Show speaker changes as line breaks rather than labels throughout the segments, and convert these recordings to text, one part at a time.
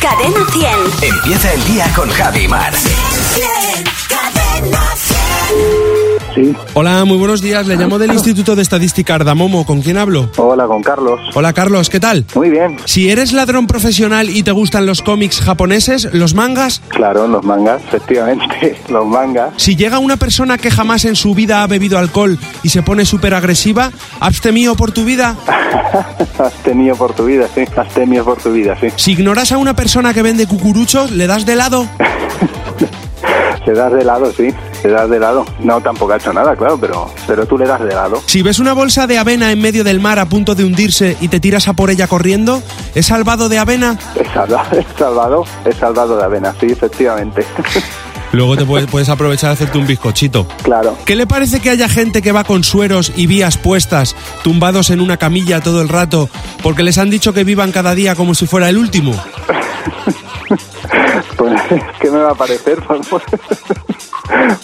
Cadena 100.
Empieza el día con Javi Mar.
Cadena 100.
Sí,
Hola, muy buenos días. Le llamo del Instituto de Estadística Ardamomo. ¿Con quién hablo?
hola con Carlos.
Hola, Carlos, ¿qué tal?
Muy bien.
Si eres ladrón profesional y te gustan los cómics japoneses, los mangas,
Claro, los mangas, efectivamente, los mangas.
si llega una persona que jamás en su vida ha bebido alcohol y se pone súper agresiva, abstemío por tu vida.
Has tenido por tu vida, sí. Has tenido por tu vida, sí.
Si ignoras a una persona que vende cucuruchos, le das de lado.
Te das de lado, sí. Te das de lado. No, tampoco ha hecho nada, claro, pero, pero tú le das de lado.
Si ves una bolsa de avena en medio del mar a punto de hundirse y te tiras a por ella corriendo, ¿es salvado de avena?
He salvado, he salvado, he salvado de avena, sí, efectivamente.
Luego te puedes, puedes aprovechar a hacerte un bizcochito.
claro.
¿Qué le parece que haya gente que va con sueros y vías puestas, tumbados en una camilla todo el rato, porque les han dicho que vivan cada día como si fuera el último?
Pues, ¿qué me va a parecer? Pues, pues-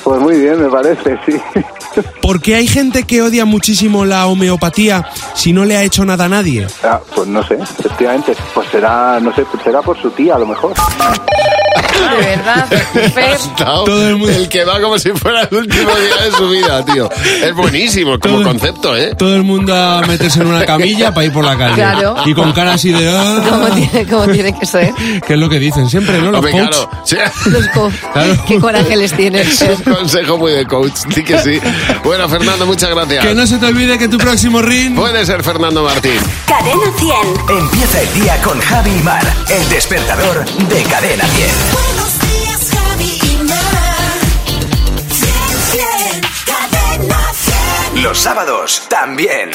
pues muy bien, me parece, sí.
Porque hay gente que odia muchísimo la homeopatía si no le ha hecho nada a nadie.
Ah, pues no sé, efectivamente. Pues será, no sé, será por su tía, a lo mejor.
De verdad, Fer.
Asustado.
Todo el mundo-
que va como si fuera el último día de su vida, tío. Es buenísimo como
Todo-
concepto, ¿eh?
Todo el mundo a meterse en una camilla para ir por la calle.
Claro.
Y con cara así de... "Ah".
¿Cómo tiene, cómo tiene que ser?
¿Qué es lo que dicen siempre, no? Los
Hombre,
coach.
claro, sí.
Los co-
Claro.
¿Qué coraje les tienes?
Es un consejo muy de coach, sí que sí. Bueno, Fernando, muchas gracias.
Que no se te olvide que tu próximo ring...
Puede ser Fernando Martín.
Cadena 100.
Empieza el día con Javi Mar. El despertador de cadena 10.
Buenos días, Javi y Mar. Cadena 100.
Los sábados también.